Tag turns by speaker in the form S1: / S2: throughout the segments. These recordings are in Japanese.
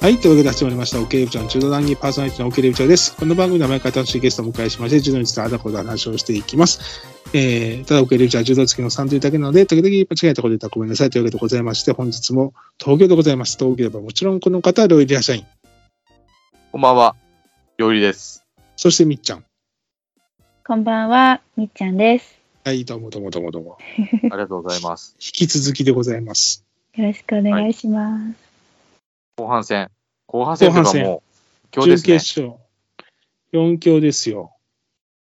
S1: はい。というわけで始まりました。オケレブチャの中道談義パーソナリティのオケレブチャです。この番組では毎回楽しいゲストをお迎えしまして、中道についてあだこだ話をしていきます。えー、ただオケレブチャは中道付きの3というだけなので、時々間違えたこと言ったらごめんなさいというわけでございまして、本日も東京でございます。東京ではもちろんこの方、ロイリア社員、
S2: こんばんは、料理です。
S1: そしてみっちゃん。
S3: こんばんは、みっちゃんです。
S1: はい、どうもどうもどうもどうも。
S2: ありがとうございます。
S1: 引き続きでございます。
S3: よろしくお願いします。
S2: 後半戦。後半戦という
S1: 後
S2: か
S1: 半戦
S2: もう、今日ですね
S1: 準、決勝、4強ですよ。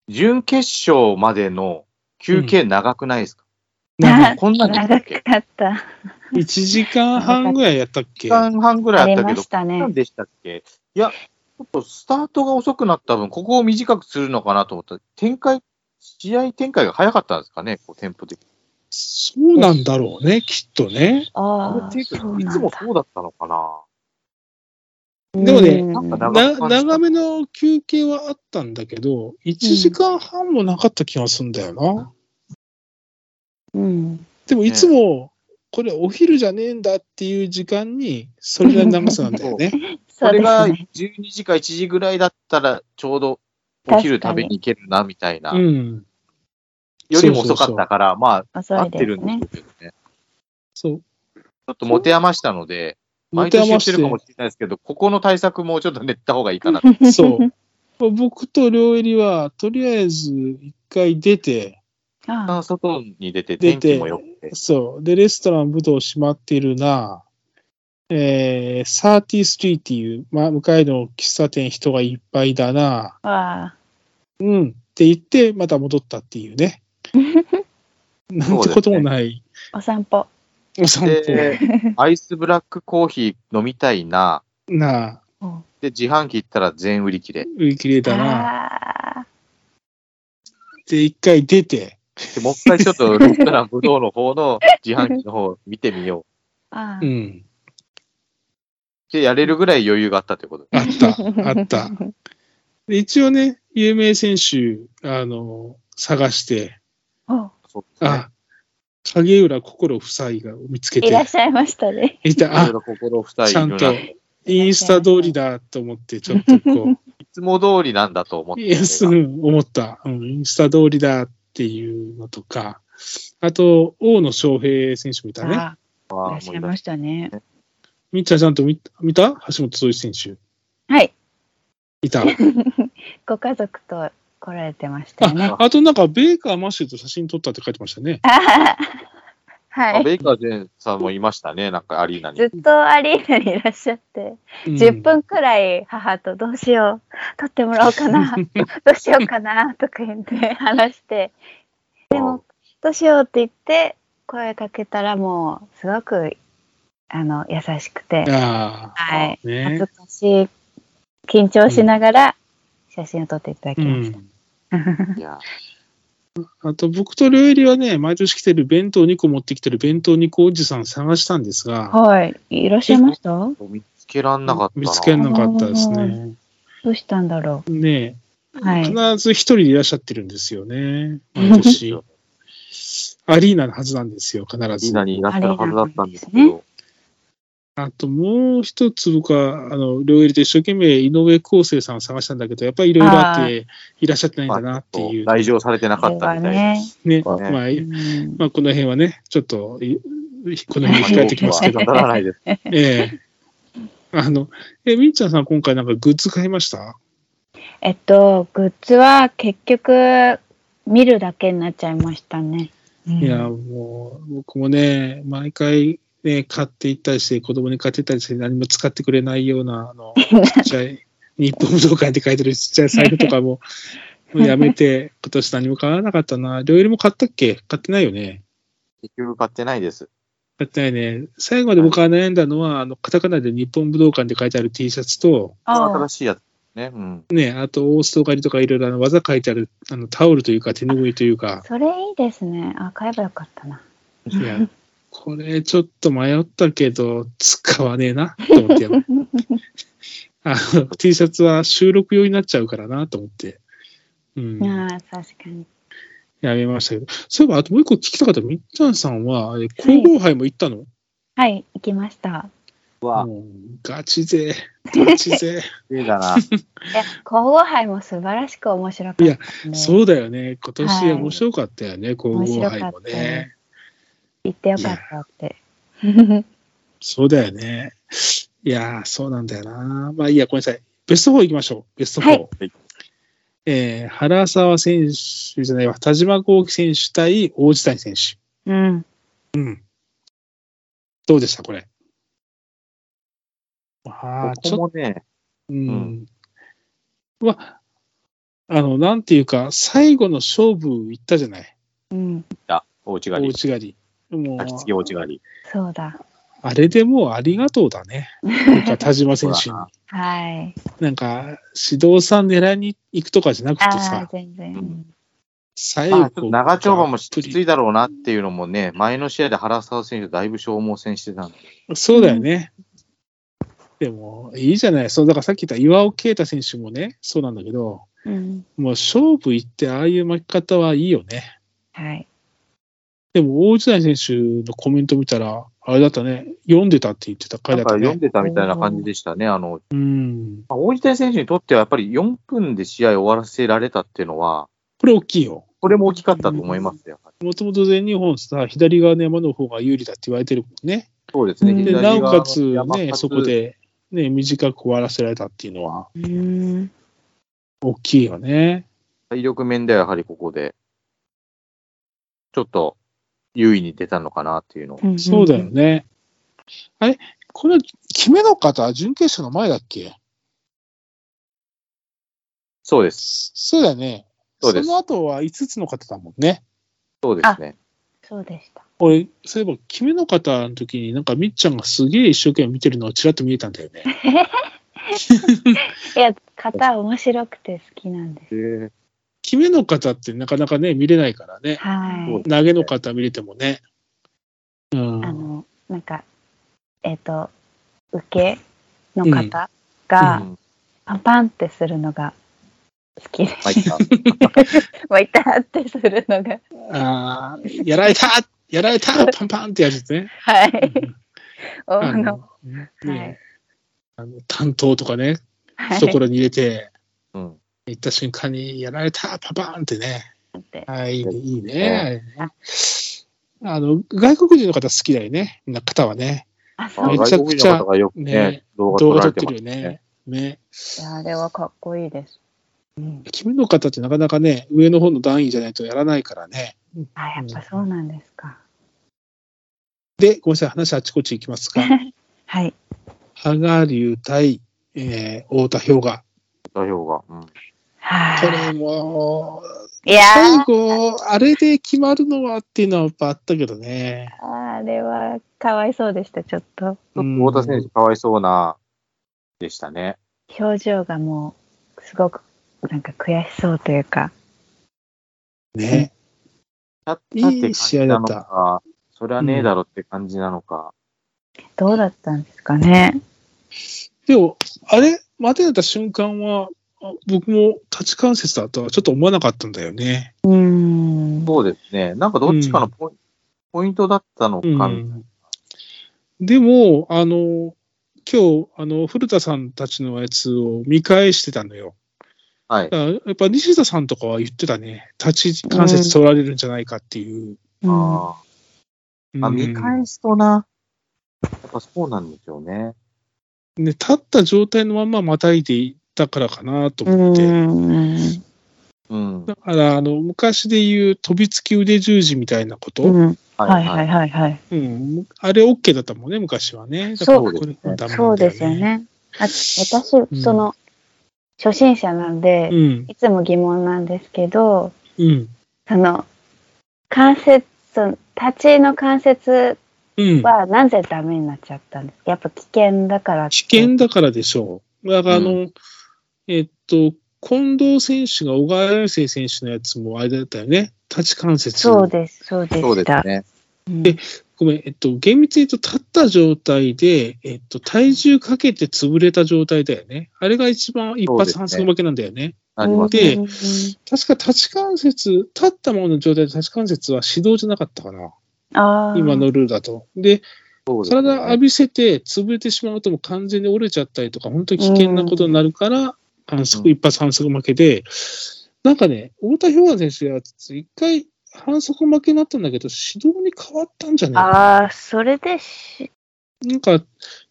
S2: 準決勝までの休憩長くないですか、
S1: なん
S3: う ん
S2: こんなんでしたっ
S3: 長
S2: け
S3: かった。
S1: 1時間半ぐらいやったっ
S2: 1時
S1: け
S2: 間半ぐら
S3: あ
S2: いあ
S3: り
S2: ったけ
S3: ま
S2: ど、
S3: した
S2: こんなん
S3: ね。
S2: でしたっけいや、ちょっとスタートが遅くなった分、ここを短くするのかなと思ったら展開、試合展開が早かったんですかね、こうテンポ的に。
S1: そうなんだろうね、きっとね。
S3: あ
S2: あれ
S3: あ、
S2: っていう
S3: そ
S2: か
S3: う
S2: い
S3: な
S2: つ
S3: ん
S2: も
S3: だ。
S2: そうだったのかな。
S1: でもね
S2: なんか
S3: うん
S2: 長
S1: な
S2: く感じた
S1: 長めの休憩はあったんだけど、1時間半もなかった気がするんだよな。
S3: うん。
S1: でもいつも、これお昼じゃねえんだっていう時間に、それが長さなんだよね。
S3: そ
S2: そうれ
S3: です
S2: が
S3: ね。
S2: 12時か1時ぐらいだったら、ちょうどお昼食べに行けるな、みたいな。
S1: うん。
S2: よりも遅かったから、まあ、合
S3: 遅い
S2: って
S3: で
S2: る
S3: す
S2: んでし
S3: ね
S2: ょ。うけどね。
S1: そう。
S2: ちょっと持て余したので、
S1: 持
S2: 毎
S1: て
S2: 年言
S1: 余
S2: っ
S1: し
S2: てるかも
S1: て、
S2: しれないですけど、ここの対策もちょっと練った方がいいかなと。
S1: そう。僕と両襟は、とりあえず一回出て、
S3: ああ
S2: 外に出て、
S1: 出
S2: 天
S1: て
S2: 気も良くて。
S1: そう。で、レストラン武道閉まっているな。えー、33っていう、まあ、向かいの喫茶店人がいっぱいだな。
S3: わあ、
S1: うん。って言って、また戻ったっていう ね。なんてこともない。
S3: お散歩。
S1: お散歩。
S2: で、アイスブラックコーヒー飲みたいな。
S1: なあ、
S2: で、自販機行ったら全売り切れ。
S1: 売り切れだな。
S3: ああ、
S1: で、一回出て、
S2: で、もう一回ちょっとレストラン、ぶどうの方の自販機の方見てみよう。っ
S3: ああ
S1: う、ん。
S2: てやれるぐらい余裕があったということ
S1: あった、あった。で一応ね、有名選手、あの、探して、
S3: お
S2: そうですね。
S1: あ、影浦心夫妻が見つけ、
S3: いらってしゃいましたね。
S1: いた、あ
S2: いろい、ろ心二
S1: ちゃ
S2: 人い
S1: ん
S2: る
S1: と
S2: な。
S1: インスタ通りだと思って、ちょっとこ
S2: いつも通りなんだと思っ
S1: う、
S2: て。
S1: いや、すぐ思った。うん、インスタ通りだっていうのとか、あと、大野翔平選手もいたね。
S3: ああ、い
S2: あ
S3: ら
S2: あ
S3: っ
S2: 思
S3: し
S2: い出
S3: ゃい
S2: した
S3: ましたね。
S1: みっちゃんちゃんと見見た橋本壮一選手。
S3: はい、
S1: い た。
S3: ご家族と来られてましたよね。
S1: あとなんか、ベーカーマッシュと写真撮ったって書いてましたね。
S3: は
S2: あ
S3: い。
S2: ベイカーゼンさんもいましたね、なんかアリーナに。
S3: ずっとアリーナにいらっしゃって。
S1: うん
S3: 10分くらい母とどうしよう撮ってもらおう かなどうしようかなとか言って話してでもどうしようって言って声かけたらもうすごくあの優しくて、
S1: あ
S3: はい、
S1: あ、ね
S3: 恥ず。かしい緊張しながら写真を撮っていただき
S1: う
S3: ました、
S1: ん。
S2: いや、
S1: あと、僕と両襟はね、毎年来てる弁当2個持ってきてる弁当2個おじさん探したんですが、
S3: はいいらっしゃいましたど
S2: 見つけらんなかったな。
S1: 見つけなかったですね。
S3: うしたんだろ
S1: ね
S3: うはい
S1: 必ず一人でいらっしゃってるんですよね。毎 年。アリーナのはずなんですよ、必
S2: アリー
S1: ず。
S2: ナにいらっしゃるはずだったんですけど、
S1: あともう一つ僕は、あの、両襟と一生懸命井上康生さんを探したんだけど、やっぱりいろいろあって、いらっしゃってないんだなっていう。
S2: 来場されてなかったみたいで
S3: ね、
S1: ね。
S2: こ
S1: ま
S2: うね
S1: あ、
S3: うん
S1: まあ、この辺はね、ちょっと、いこの
S2: まあ
S1: 辺控えてき ますけど
S2: 多。くは当たらないです。
S1: ええあの、え、みっちゃんさん、今回なんかグッズ買いました
S3: えっと、グッズは結局、見るだけになっちゃいましたね。うん
S1: いや、もう、僕もね、毎回、ね、買っていったりして、子供に買っていったりして、何も使ってくれないような、あの、 ちっちゃい、日本武道館って書いてるちっちゃい財布とか も、もうやめて、今年何も買わなかったな。両襟も買ったっけ買ってないよね。
S2: 結局買ってないです。
S1: 買ってないね。最後まで僕は悩んだのは、あの、カタカナで日本武道館って書いてある T シャツと、
S2: 新しいやつね。うん。
S1: ね、あと、オースト狩りとかいろいろあの技書いてある、あの、タオルというか、手拭いというか、
S3: それいいですね。あ、買えばよかったな。
S1: いや、これちょっと迷ったけど、使わねえなと思って やめあの、T シャツは収録用になっちゃうからなと思って、うん、や
S3: ああ、確かに。
S1: めましたけど、そういえば、あともう一個聞きたかった、みっちゃんさんは、え皇后杯も行ったの、
S3: はい、行きました。
S2: わ、
S1: もうガチ勢、 ガチ勢。
S2: 綺麗だな。
S3: いや、皇后杯も素晴らしく面白かった、ね。
S1: そうだよね。今
S3: はい
S1: 年面白かったよね、皇后杯
S3: 面白か
S1: も
S3: ったね
S1: ね。
S3: 言ってよかったって。うん
S1: そうだよね。いやー、そうなんだよな。まあいいや、ごめんなさい。ベスト4行きましょう。ベスト4。
S3: はい
S1: えー、原沢選手じゃないわ。田島幸輝選手対大地谷選手。
S3: うん。
S1: どうでした、これ。ああ、ちょっと、
S2: ここもね、
S1: うん。は、あの、なんていうか、最後の勝負行ったじゃない。
S3: うん。
S2: あ、大内刈
S1: 大
S2: り。
S1: 地狩り。もう、
S2: 抱きつき大内刈り。
S3: そうだ。
S1: あれでもうありがとうだね。なんか田島選手に。
S3: はい。
S1: なんか、指導さん狙いに行くとかじゃなくて
S3: ああ
S1: さ、、
S3: 全然。
S2: う
S3: うん
S2: ん
S1: 最
S2: まあ、ちょっ
S1: 後。
S2: と長丁場もき
S1: たっぷ
S2: ついだろうなっていうのもね、前の試合で原沢選手、だいぶ消耗戦してたんで、
S1: りそうだよね。でも、いいじゃない。そう、だからさっき言った岩尾啓太選手もね、そうなんだけど、
S3: うん。
S1: もう勝負行って、ああいう巻き方はいいよね。
S3: はい。
S1: でも、大内谷選手のコメント見たら、あれだったね、読んでたって言ってた
S2: な
S1: 回
S2: ん
S1: だっ
S2: か
S1: た
S2: 読ん
S1: ね。
S2: でたみたいな感じでしたね、あの
S1: うん。
S2: まあ大谷選手にとってはやっぱり4分で試合を終わらせられたっていうのは、
S1: これ大きいよ。
S2: これも大きかったと思いますよ。
S1: もともと全日本さ、左側の山の方が有利だって言われてるもんね。
S2: そうですね、
S3: うん
S1: で、な
S2: 左側
S1: お
S2: の
S1: かつ
S2: 山
S1: ね、
S2: 勝
S1: そこで、ね、短く終わらせられたっていうのは
S3: うん。
S1: 大きいよね。
S2: 体力面ではやはりここで、ちょっと優位に出たのかなっていうのを。
S3: ん
S1: そうだよ。ね。あれこれ、決めの方、準決勝の前だっけ
S2: そうです、
S1: そうだよね。
S2: そう
S1: そ
S2: です
S1: の後は5つの方だもんね。
S2: そうですね。
S3: そうでした。
S1: 俺、そういえば、決めの方の時に、なんかみっちゃんがすげえ一生懸命見てるのをちらっと見えたんだよね。
S3: いや、型面白くて好きなんです。
S2: で
S1: 決めの方ってなかなかね、見れないからね。
S3: はい。
S1: 投げの方見れてもね。う
S3: あ
S1: ん。
S3: の、なんか、えっ、と、受けの方が、
S2: うん
S3: パンパンってするのが好きです。
S2: まあいいか
S3: もういたってするのが。
S1: ああ、やられたやられたパンパンってやつ ね。
S3: はい。お
S1: あ
S3: の、
S1: の、ね、あの担当とかね、
S3: はい。
S1: 懐に入れて、
S2: うん
S1: 行った瞬間に、やられたパンパンってね。
S3: って
S1: はい、いいね。あの、外国人の方好きだよね。な方はね。
S3: あ、そ
S2: あ
S3: う
S1: め
S3: だ。
S1: ちゃ
S2: 外
S1: く
S2: 国
S1: ち
S2: 人
S1: ゃ
S2: の方がよくね
S1: ね
S2: 動画
S1: 動画
S2: 撮ら
S1: 撮
S2: れ
S1: ってて
S2: ま
S1: る
S2: す
S1: よね。ね。
S3: いやあれはかっこいいです。うん、
S1: 君の方ってなかなかね、上の方の段位じゃないとやらないからね。
S3: あ、やっぱそうなんですか。
S1: で、ごめんなさい、話あちこち行き ますが、
S3: はい。
S1: 羽賀龍対、えー、太田氷河。
S2: 代表が。うん
S1: これ
S3: は
S1: も、
S3: い。いや
S1: 最
S3: ー
S1: 後、あれで決まるのはっていうのはやっぱあったけどね。
S3: あれはかわいそうでした、ちょっと。
S2: ちょっと太田選手、かわいそうな、でしたね。
S3: 表情がもう、すごく、なんか悔しそうというか。
S1: ね。
S2: だ
S1: いい
S2: って感じなの
S1: 試合だっ
S2: か、それはねえだろって感じなのか。
S3: どうだったんですかね。
S1: でも、あれ、待てなった瞬間は、あ僕も立ち関節だとはちょっと思わなかったんだよね。
S3: うーん。
S2: そうですね。なんかどっちかのポイ,、ポイントだったのか、みたいな。
S1: でも、あの、今日、あの、古田さんたちのやつを見返してたのよ。
S2: は
S1: だ
S2: い。
S1: からやっぱ西田さんとかは言ってたね。立ち関節取られるんじゃないかっていう。
S3: うん
S2: あーあ、
S1: うん
S2: 見返すとな、やっぱそうなんですよね。
S1: ね、立った状態のまんままたいでいったからかなと
S3: う
S1: 思って。
S3: ん。
S2: うん。
S1: だから、あの、昔で言う飛びつき腕十字みたいなこと。うん。
S3: うんは
S2: はいい
S3: は
S2: はいい。
S3: はいはい。
S1: あれ OK だったもんね、昔はね。だから
S3: そう
S2: ですね
S1: これダメな
S3: そ
S1: ん
S3: う
S1: だよ
S3: で
S1: ね
S3: すよ。ね。あ私、
S1: ん
S3: その、初心者なんで、
S1: うん。
S3: いつも疑問なんですけど、
S1: うん。
S3: その、関節、その立ちの関節
S1: うん。
S3: はなぜダメになっちゃったんですかやっぱ危険だからって
S1: 危険だからでしょう。だから、あの、えっと、近藤選手が小川雄生選手のやつもあれだったよね。立ち関節。
S3: そうです、そうで
S2: そうで
S3: し
S2: す
S3: た。
S2: ね。
S3: うん
S1: ごめん、えっと、厳密に言うと立った状態で、えっと、体重かけて潰れた状態だよね。あれが一番一
S2: そう
S1: 発
S2: ですね
S1: 反則負けなんだよね。
S2: あります
S1: で
S2: ね。
S3: うん
S1: 確か立ち関節、立ったままの状態で立ち関節は指導じゃなかったかな。
S3: あー
S1: 今のルールだと。で、
S2: そうですね
S1: 体浴びせて潰れてしまうともう完全に折れちゃったりとか、本当に危険なことになるから、反則、一発反則負けで、なんかね、太田氷河選手は一回反則負けになったんだけど、指導に変わったんじゃないかな
S3: ああ、それでし、
S1: なんか、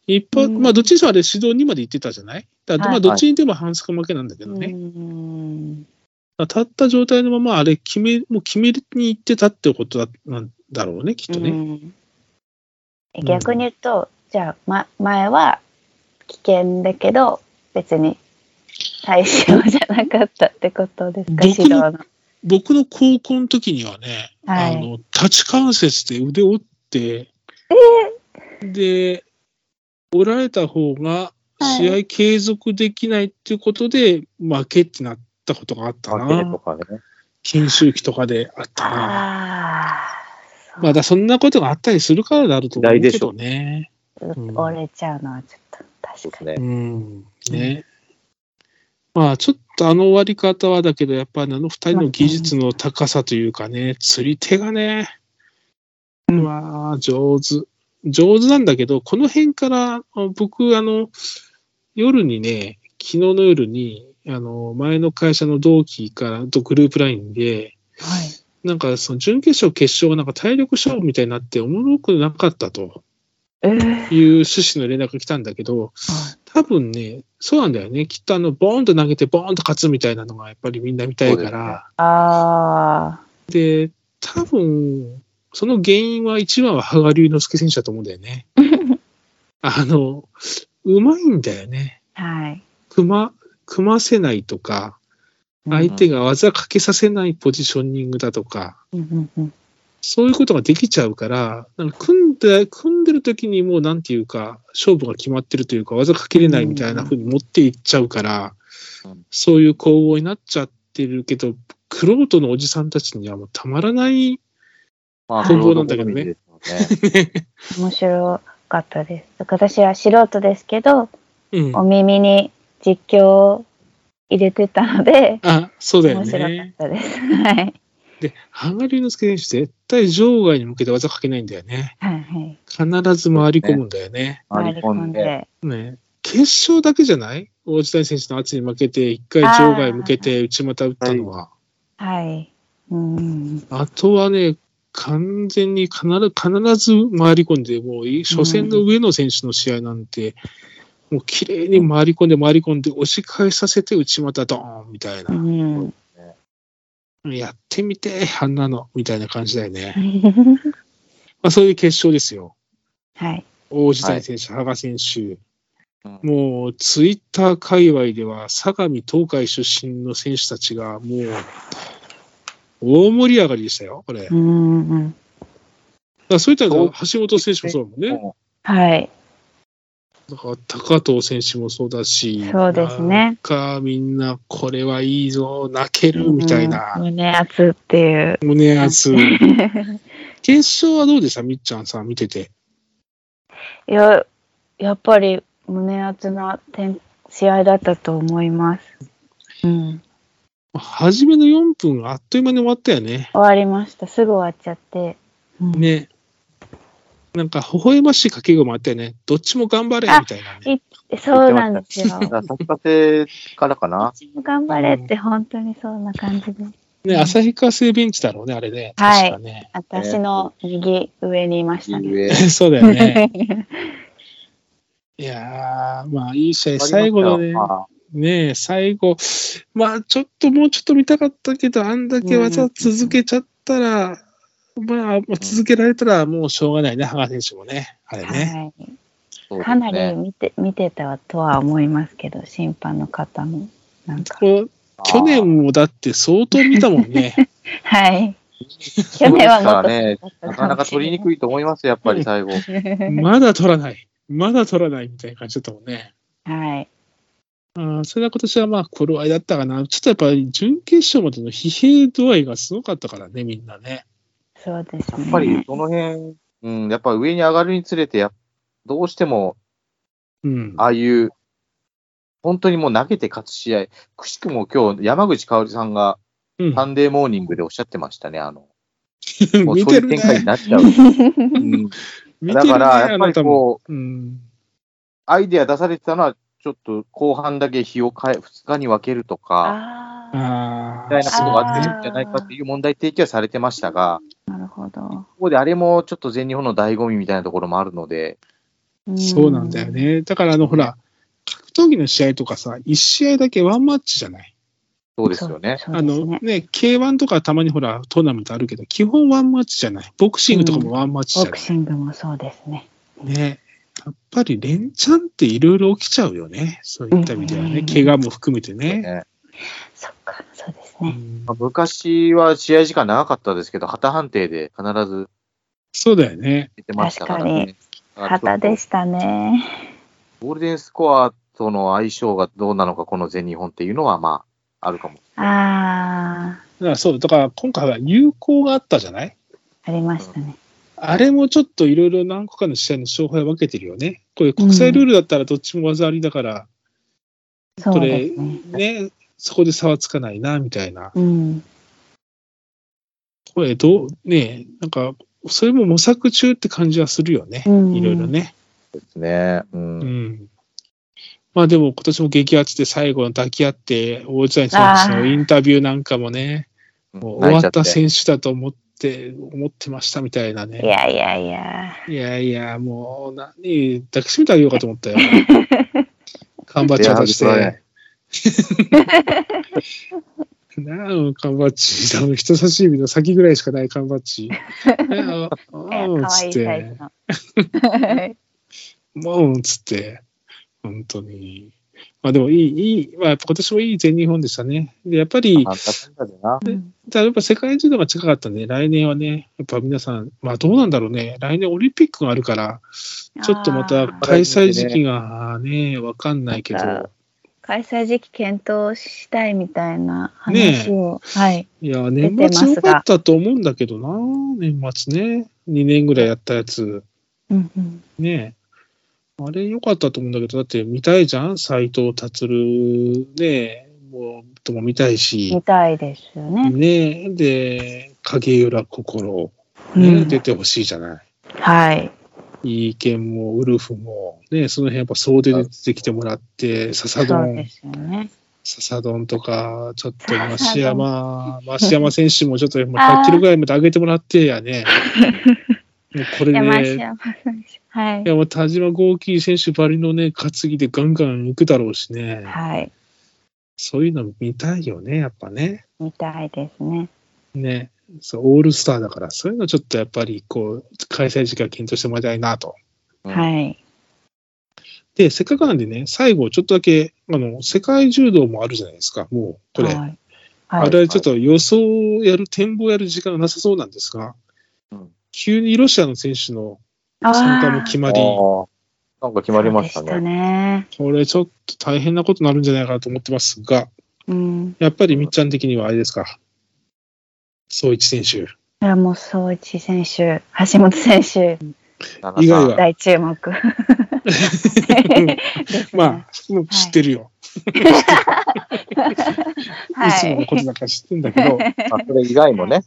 S1: 一発、
S3: うん
S1: まあ、どっちにしろあれ指導2まで行ってたじゃないだから、ま
S3: はい
S1: あ、どっちにでも反則負けなんだけど
S3: う
S1: ね。
S3: ーん。
S1: だから立った状態のまま、あれ、決め、もう決めに行ってたってことだなんだろうね、きっとね。
S3: うんえ
S1: うん
S3: 逆に言うと、じゃあ、ま、前は危険だけど、別に対象じゃなかったってことですか、
S1: 僕
S3: 指
S1: の
S3: 導の。
S1: 僕の高校の時にはね、
S3: は
S1: あ
S3: い。
S1: の、立ち関節で腕折って、で、折られた方が
S3: はい
S1: 試合継続できないっていうことで、負けってなったことがあった
S2: 負ける
S1: な。
S2: とかね。
S1: 研修期とかであったな。
S3: ああ、
S1: まあだ、そんなことがあったりするからだろうと思うけどね。うん
S3: 折れちゃうのはちょっと、
S2: そ
S3: 確
S2: うで
S3: か
S2: す
S3: に。
S2: ね
S1: う。ん。ね。まあちょっとあの終わり方はだけど、やっぱりあの二人の技術の高さというかね、釣り手がね、
S3: うん
S1: まあ上手。上手なんだけど、この辺から、あの僕、あの、夜にね、昨日の夜に、あの、前の会社の同期からとグループラインで、
S3: はい。
S1: なんかその準決勝、決勝がなんか体力勝負みたいになっておもろくなかったと。
S3: えー
S1: いう趣旨の連絡が来たんだけど、多分ね、そうなんだよね。きっとあの、ボーンと投げて、ボーンと勝つみたいなのがやっぱりみんな見たいから。
S3: ああ、
S1: で多分、その原因は一番は羽賀龍之介選手だと思うんだよね。あの、うまいんだよね。
S3: はい。
S1: 組ま、組ませないとか、相手が技かけさせないポジショニングだとか、
S3: うんうんうん
S1: そういうことができちゃうから、なんか組んで、組んでる時にもうなんていうか、勝負が決まってるというか、技かけれないみたいな風に持っていっちゃうから、
S2: うん
S1: そういう攻防になっちゃってるけど、クロートのおじさんたちにはもうたまらない、
S2: ま
S1: 混合なんだけどね。
S3: 面白かったです。私は素人ですけど、
S1: うん。
S3: お耳に実況を入れてたので、
S1: あ、そうだよ
S3: 面白かっ
S1: ね。
S3: たです。 はい。
S1: で、ハンガリーの助選手絶対場外に向けて技かけないんだよね。
S3: はいはい。
S1: 必ず回り込むんだよね。
S2: 回り込んで。。
S1: ね、決勝だけじゃない大地谷選手の圧に負けて、一回
S3: あー
S1: 場外向けて内股打ったのは。
S3: はい。うん。
S1: あとはね、完全に必ず必ず回り込んで、もう初戦の上野選手の試合なんて、もう綺麗に回り込んで回り込んで、押し返させて内股ドーンみたいうな。
S3: ん。
S1: やってみて、あんなの、みたいな感じだよね。まあ、そういう決勝ですよ。
S3: はい。
S1: 大地谷選手、羽賀選手。
S2: うん
S1: もう、ツイッター界隈では、相模東海出身の選手たちが、もう、大盛り上がりでしたよ、これ。だ
S3: う
S1: か
S3: んうん。
S1: らそういったら、橋本選手もそうだもんね。
S2: も
S3: はい。
S1: だから高藤選手もそうだし、
S3: そうですね
S1: なんかみんな、これはいいぞ、泣けるみたい
S3: うん
S1: な、
S3: 胸熱っていう。
S1: 胸 熱。決勝はどうでしたみっちゃんさん見てて。
S3: いや、やっぱり胸熱な展試合だったと思います。うん。
S1: 初めの4分があっという間に終わったよね。
S3: 終わりました。すぐ終わっちゃって。うん
S1: ね。なんか、微笑ましい掛け声もあったよね。どっちも頑張れみたいなね。
S3: そうなんですよ。
S2: だから作家性からかな。
S3: 頑張れって本当にそんな感じで。
S1: ね、旭化成ベンチだろうね、あれね。
S3: はい
S1: 確かね。
S3: 私の右上にいましたね。
S2: 上
S1: そうだよね。 いやー、まあ、いい試合、最後のね。
S2: ま
S1: ねえ、最後、まあちょっともうちょっと見たかったけど、あんだけ技続けちゃったら、まあ続けられたらもうしょうがないね、羽賀選手もね、あれね。
S3: はい
S2: あ
S3: かなり
S2: そう
S3: 見て見てたとは思いますけど、審判の方も。なんか。
S1: こう
S2: です
S1: 去
S2: ね
S1: 年もだって相当見たもん ね。
S3: はい。去年はもっと
S2: ね
S3: だっ
S2: な
S3: た
S2: かなか取りにくいと思います、やっぱり最後。
S3: い。
S1: まだ取らない、まだ取らないみたいな感じだったもんね。
S3: はい。
S1: あそれは今年はまあ頃合いだったかな。ちょっとやっぱり準決勝までの疲弊度合いがすごかったからね、みんなね。
S3: そうですね。
S2: やっぱりその辺、うん、やっぱ上に上がるにつれてや、どうしても、
S1: うん。
S2: ああいう、本当にもう投げて勝つ試合、くしくも今日、山口香織さんが
S1: うん
S2: サンデーモーニングでおっしゃってましたね、あの、もう
S1: 見
S2: そうい
S1: て
S2: う
S1: る
S2: 展開に
S1: ね。
S2: なっちゃう。うん
S1: 見て
S2: だ
S1: るね、
S2: から、や
S1: あ
S2: っぱ
S1: な
S2: り
S1: たも。
S2: こう、
S1: うん。
S2: アイデア出されてたのは、ちょっと後半だけ日を変え、2日に分けるとか、
S3: ああ
S1: あ
S2: みたい
S1: あ、
S2: なことがあってるんじゃないかっていう問題提起はされてましたが、
S3: なるほど。
S2: ここであれもちょっと全日本の醍醐味みたいなところもあるので、
S1: そうなんだよ。ね。だから、あの、ほら、格闘技の試合とかさ、1試合だけワンマッチじゃない。
S2: そうですよね。
S3: そう
S1: あ
S3: です
S1: の
S3: ね。
S1: ね、K1 とかたまにほら、トーナメントあるけど、基本ワンマッチじゃない。ボクシングとかもワンマッチじ
S3: ボ
S1: ゃな
S3: ク
S1: い。
S3: シングもそうですね。
S1: ね。やっぱり連チャンっていろいろ起きちゃうよね。そういった意味では
S3: う
S1: ね。
S3: ん
S1: 怪我も含めてね。
S2: ね
S3: そっか、そうです
S1: う
S3: ね。
S1: ん
S2: まあ昔は試合時間長かったですけど、旗判定で必ず
S1: そうだよね。
S2: 出てましたからね。
S3: 旗でしたね。
S2: ゴールデンスコアとの相性がどうなのか、この全日本っていうのは、まあ、あるかも。
S3: ああ、
S1: だからそう、だから今回は有効があったじゃない
S3: ありましたね。
S1: あれもちょっといろいろ何個かの試合の勝敗分けてるよね。これ国際ルールだったらどっちも技ありだから、
S3: そ
S1: こ
S3: うで
S1: れ
S3: すね。
S1: ね、そこで差はつかないな、みたいな。
S3: うん。
S1: これどう、ね、なんか、それも模索中って感じはするよね。
S3: うん
S1: いろいろね。
S2: ですね。う。
S1: うんん。まあでも今年も激アツで最後の抱き合って、大内選手のインタビューなんかもね、もう終わった選手だと思って、思ってましたみたいないね。
S3: やいやいや。
S1: いやいや、もう何、抱きしめてあげようかと思ったよ。缶バッチ渡し
S2: いや本当だ
S1: て。なあ、缶バッチ。多分人差し指の先ぐらいしかない缶バッ チ。ああ
S3: かわ
S1: つ
S3: い
S1: っ
S3: い
S1: て
S3: サイズの。はい
S1: もう、つって、本当に。まあでもいい、いい、まあ今年もいい全日本でしたね。で、やっぱり、
S2: あったんだでな。
S1: ただやっぱ世界中度が近かったんで、来年はね、やっぱ皆さん、まあどうなんだろうね。来年オリンピックがあるから、ちょっとま
S3: あ
S1: た
S3: ー
S1: 開催時期がね、わかんないけど、
S3: 開催時期検討したいみたいな話を、はい。
S1: いや、
S3: 出
S1: 年
S3: てますが
S1: 末良かったと思うんだけどな、年末ね。2年ぐらいやったやつ。
S3: うんうん。
S1: ねあれ良かったと思うんだけど、だって見たいじゃん斎藤達ねもう、とも見たいし
S3: 見、たいですよね。
S1: ねで、影浦心、
S3: う
S1: ね
S3: ん
S1: 出てほしいじゃない。
S3: はい。
S1: いい剣も、ウルフも、ねその辺やっぱ総出で出てきてもらって、笹
S3: そう
S1: 丼
S3: で、すよね。
S1: 笹丼とか、ちょっと増
S3: 笹丼
S1: 山、増山選手もちょっともう100キロぐらいまで上げてもらってや ね。もうこれ
S3: 山
S1: で、
S3: 下選手。はい
S1: い。や、もう田島豪輝選手ばりのね、担ぎでガンガン行くだろうしね。
S3: はい。
S1: そういうの見たいよね、やっぱね。
S3: 見たいですね。
S1: ね。そう、オールスターだから、そういうのちょっとやっぱり、こう、開催時間検討してもらいたいなと。
S3: はい。
S1: で、せっかくなんでね、最後ちょっとだけ、あの、世界柔道もあるじゃないですか、もう、これ。
S3: はい。
S1: あ
S3: はい
S1: れ、ちょっと予想をやる、展望をやる時間がなさそうなんですが、
S2: うん
S1: 急にロシアの選手の
S3: あー
S1: 参加も決まり、
S2: あーなんか決まりました
S3: そうで
S2: ね。
S3: ね。
S1: これちょっと大変なことになるんじゃないかなと思ってますが、
S3: うん。
S1: やっぱりみっちゃん的にはあれですか。総一選 手。
S3: それはもう、総一選手、橋本選手、
S2: 田中さん
S1: 以外は
S3: 大 注目。 ですね
S1: まあ、もう知ってるよ。い、つも
S3: は
S1: の
S3: い。
S1: ことだから知ってんだけ ど。
S2: あそれ以外もね。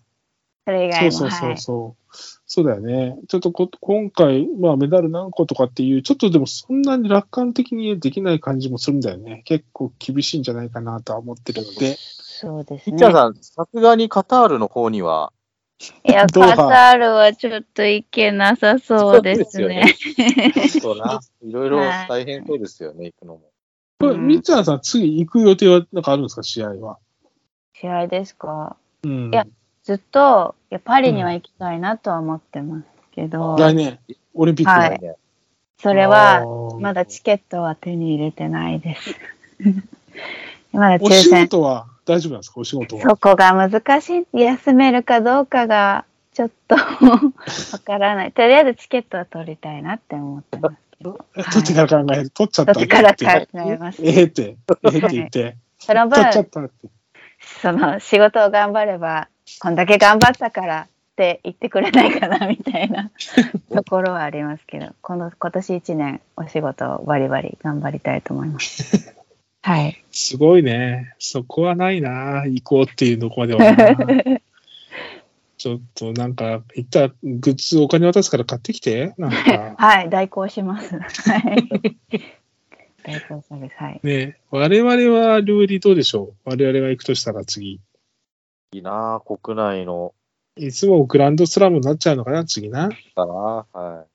S3: それ以外
S1: そうそ
S3: も。
S1: うそ
S3: は
S1: う
S3: い
S1: そう。そうだよね。ちょっとこ今回、まあメダル何個とかっていう、ちょっとでもそんなに楽観的にできない感じもするんだよね。結構厳しいんじゃないかなとは思ってるので。
S3: そうです
S2: ピ
S3: ね。
S2: ッチャーさん、さすがにカタールの方には、
S3: いや、
S1: ドーハ
S3: カタールはちょっといけなさそうですね。
S2: ちょっと な、いろいろ大変そうですよね、行くのも。
S1: これ、
S3: うん
S1: みっちゃんさん、次行く予定はなんかあるんですか、試合は。
S3: 試合ですか
S1: うん。
S3: いやずっと、いや、パリには行きたいなとは思ってますけど、
S1: 来年、オリンピック。
S3: はい
S2: ね
S3: それは、
S1: あー
S3: まだチケットは手に入れてないです。 まだ抽
S1: お仕
S3: 選。
S1: 事は大丈夫なんですか、お仕事は。
S3: そこが難しい。休めるかどうかが、ちょっと、 わからない。とりあえずチケットは取りたいなって思ってますけど。
S1: え 取ってから考える。取っちゃった
S3: 取ってから考えます
S1: ええって、ええって言って。
S3: その
S1: 取っ
S3: 分
S1: ちゃ、ったって。
S3: その仕事を頑張ればこんだけ頑張ったからって言ってくれないかなみた いなところはありますけどこの今年1年お仕事をバリバリ頑張りたいと思います はい
S1: すごいね。そこはないな。行こうっていうとこまではな。ちょっとなんか、言ったらグッズお金渡すから買ってきて。なん か、
S3: はい、代行します。はい。 代行サービス、はい。
S1: ね我々は料理どうでしょう我々が行くとしたら次。
S2: いいなぁ国内の、
S1: いつもグランドスラムになっちゃうのかな次な。
S2: だなぁは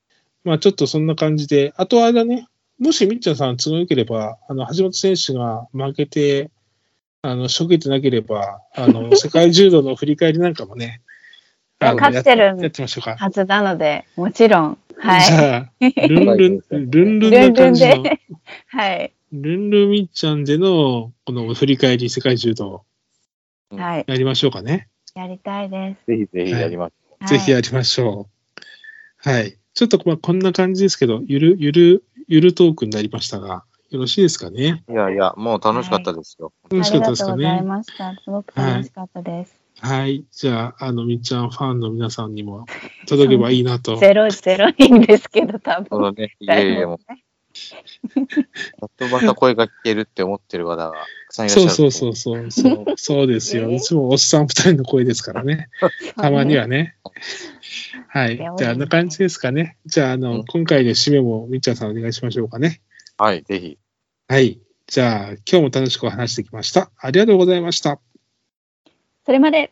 S1: まあちょっとそんな感じで、あとあれだね、もしみっちゃんさん都合よければ、あの、橋本選手が負けて、あの、しょげてなければ、あ の、世界柔道の振り返りなんかもね、
S3: いや
S1: あの
S3: 勝ってる
S1: やっやってみましょうか。
S3: はずなので、もちろん。は
S1: じ
S3: い。
S1: ゃあ、ルンル ン、ルンルン
S3: ル
S1: な
S3: ンルン
S1: 感じの、
S3: で。はい。
S1: ルンルンみっちゃんでの、この振り返り世界柔道
S3: はい。
S1: やりましょうかね。
S3: やりたいで
S2: い。ぜひぜひやりまし
S3: す。
S1: ぜひ
S3: は
S1: やりましょう。はい。ちょっとまあこんな感じですけど、ゆる、ゆる、ゆるトークになりましたが、よろしいですかね。
S2: ょう。いやいや、もう楽しかったですよ。
S3: い。
S1: 楽
S3: あ
S1: しかっ
S3: り
S1: た
S3: が
S1: です
S3: とう
S1: か
S3: ござい
S1: ね。
S3: ました。すごく楽しかったです。
S1: はい。じゃあ、あの、みっちゃんファンの皆さんにも届けばいいなと。
S3: ゼロ、ゼロ人ですけど、多
S2: そ
S3: 分。
S2: のね、いやいや、もう、やっとまた声が聞けるって思ってる方が、たくさんいらっし ゃ
S1: そう
S2: る。
S1: そうそうそう。そう そうですよ。
S3: えー
S1: いつもおっさん二人の声ですからね。たまにはね。はい。じゃあ、あんな感じですかね。じゃあ、あ
S2: う
S1: の
S2: ん、
S1: 今回の締めもみっちゃんさんお願いしましょうかね。
S2: はい、ぜひ。
S1: はい。じゃあ、今日も楽しくお話してきました。ありがとうございました。
S3: それまで。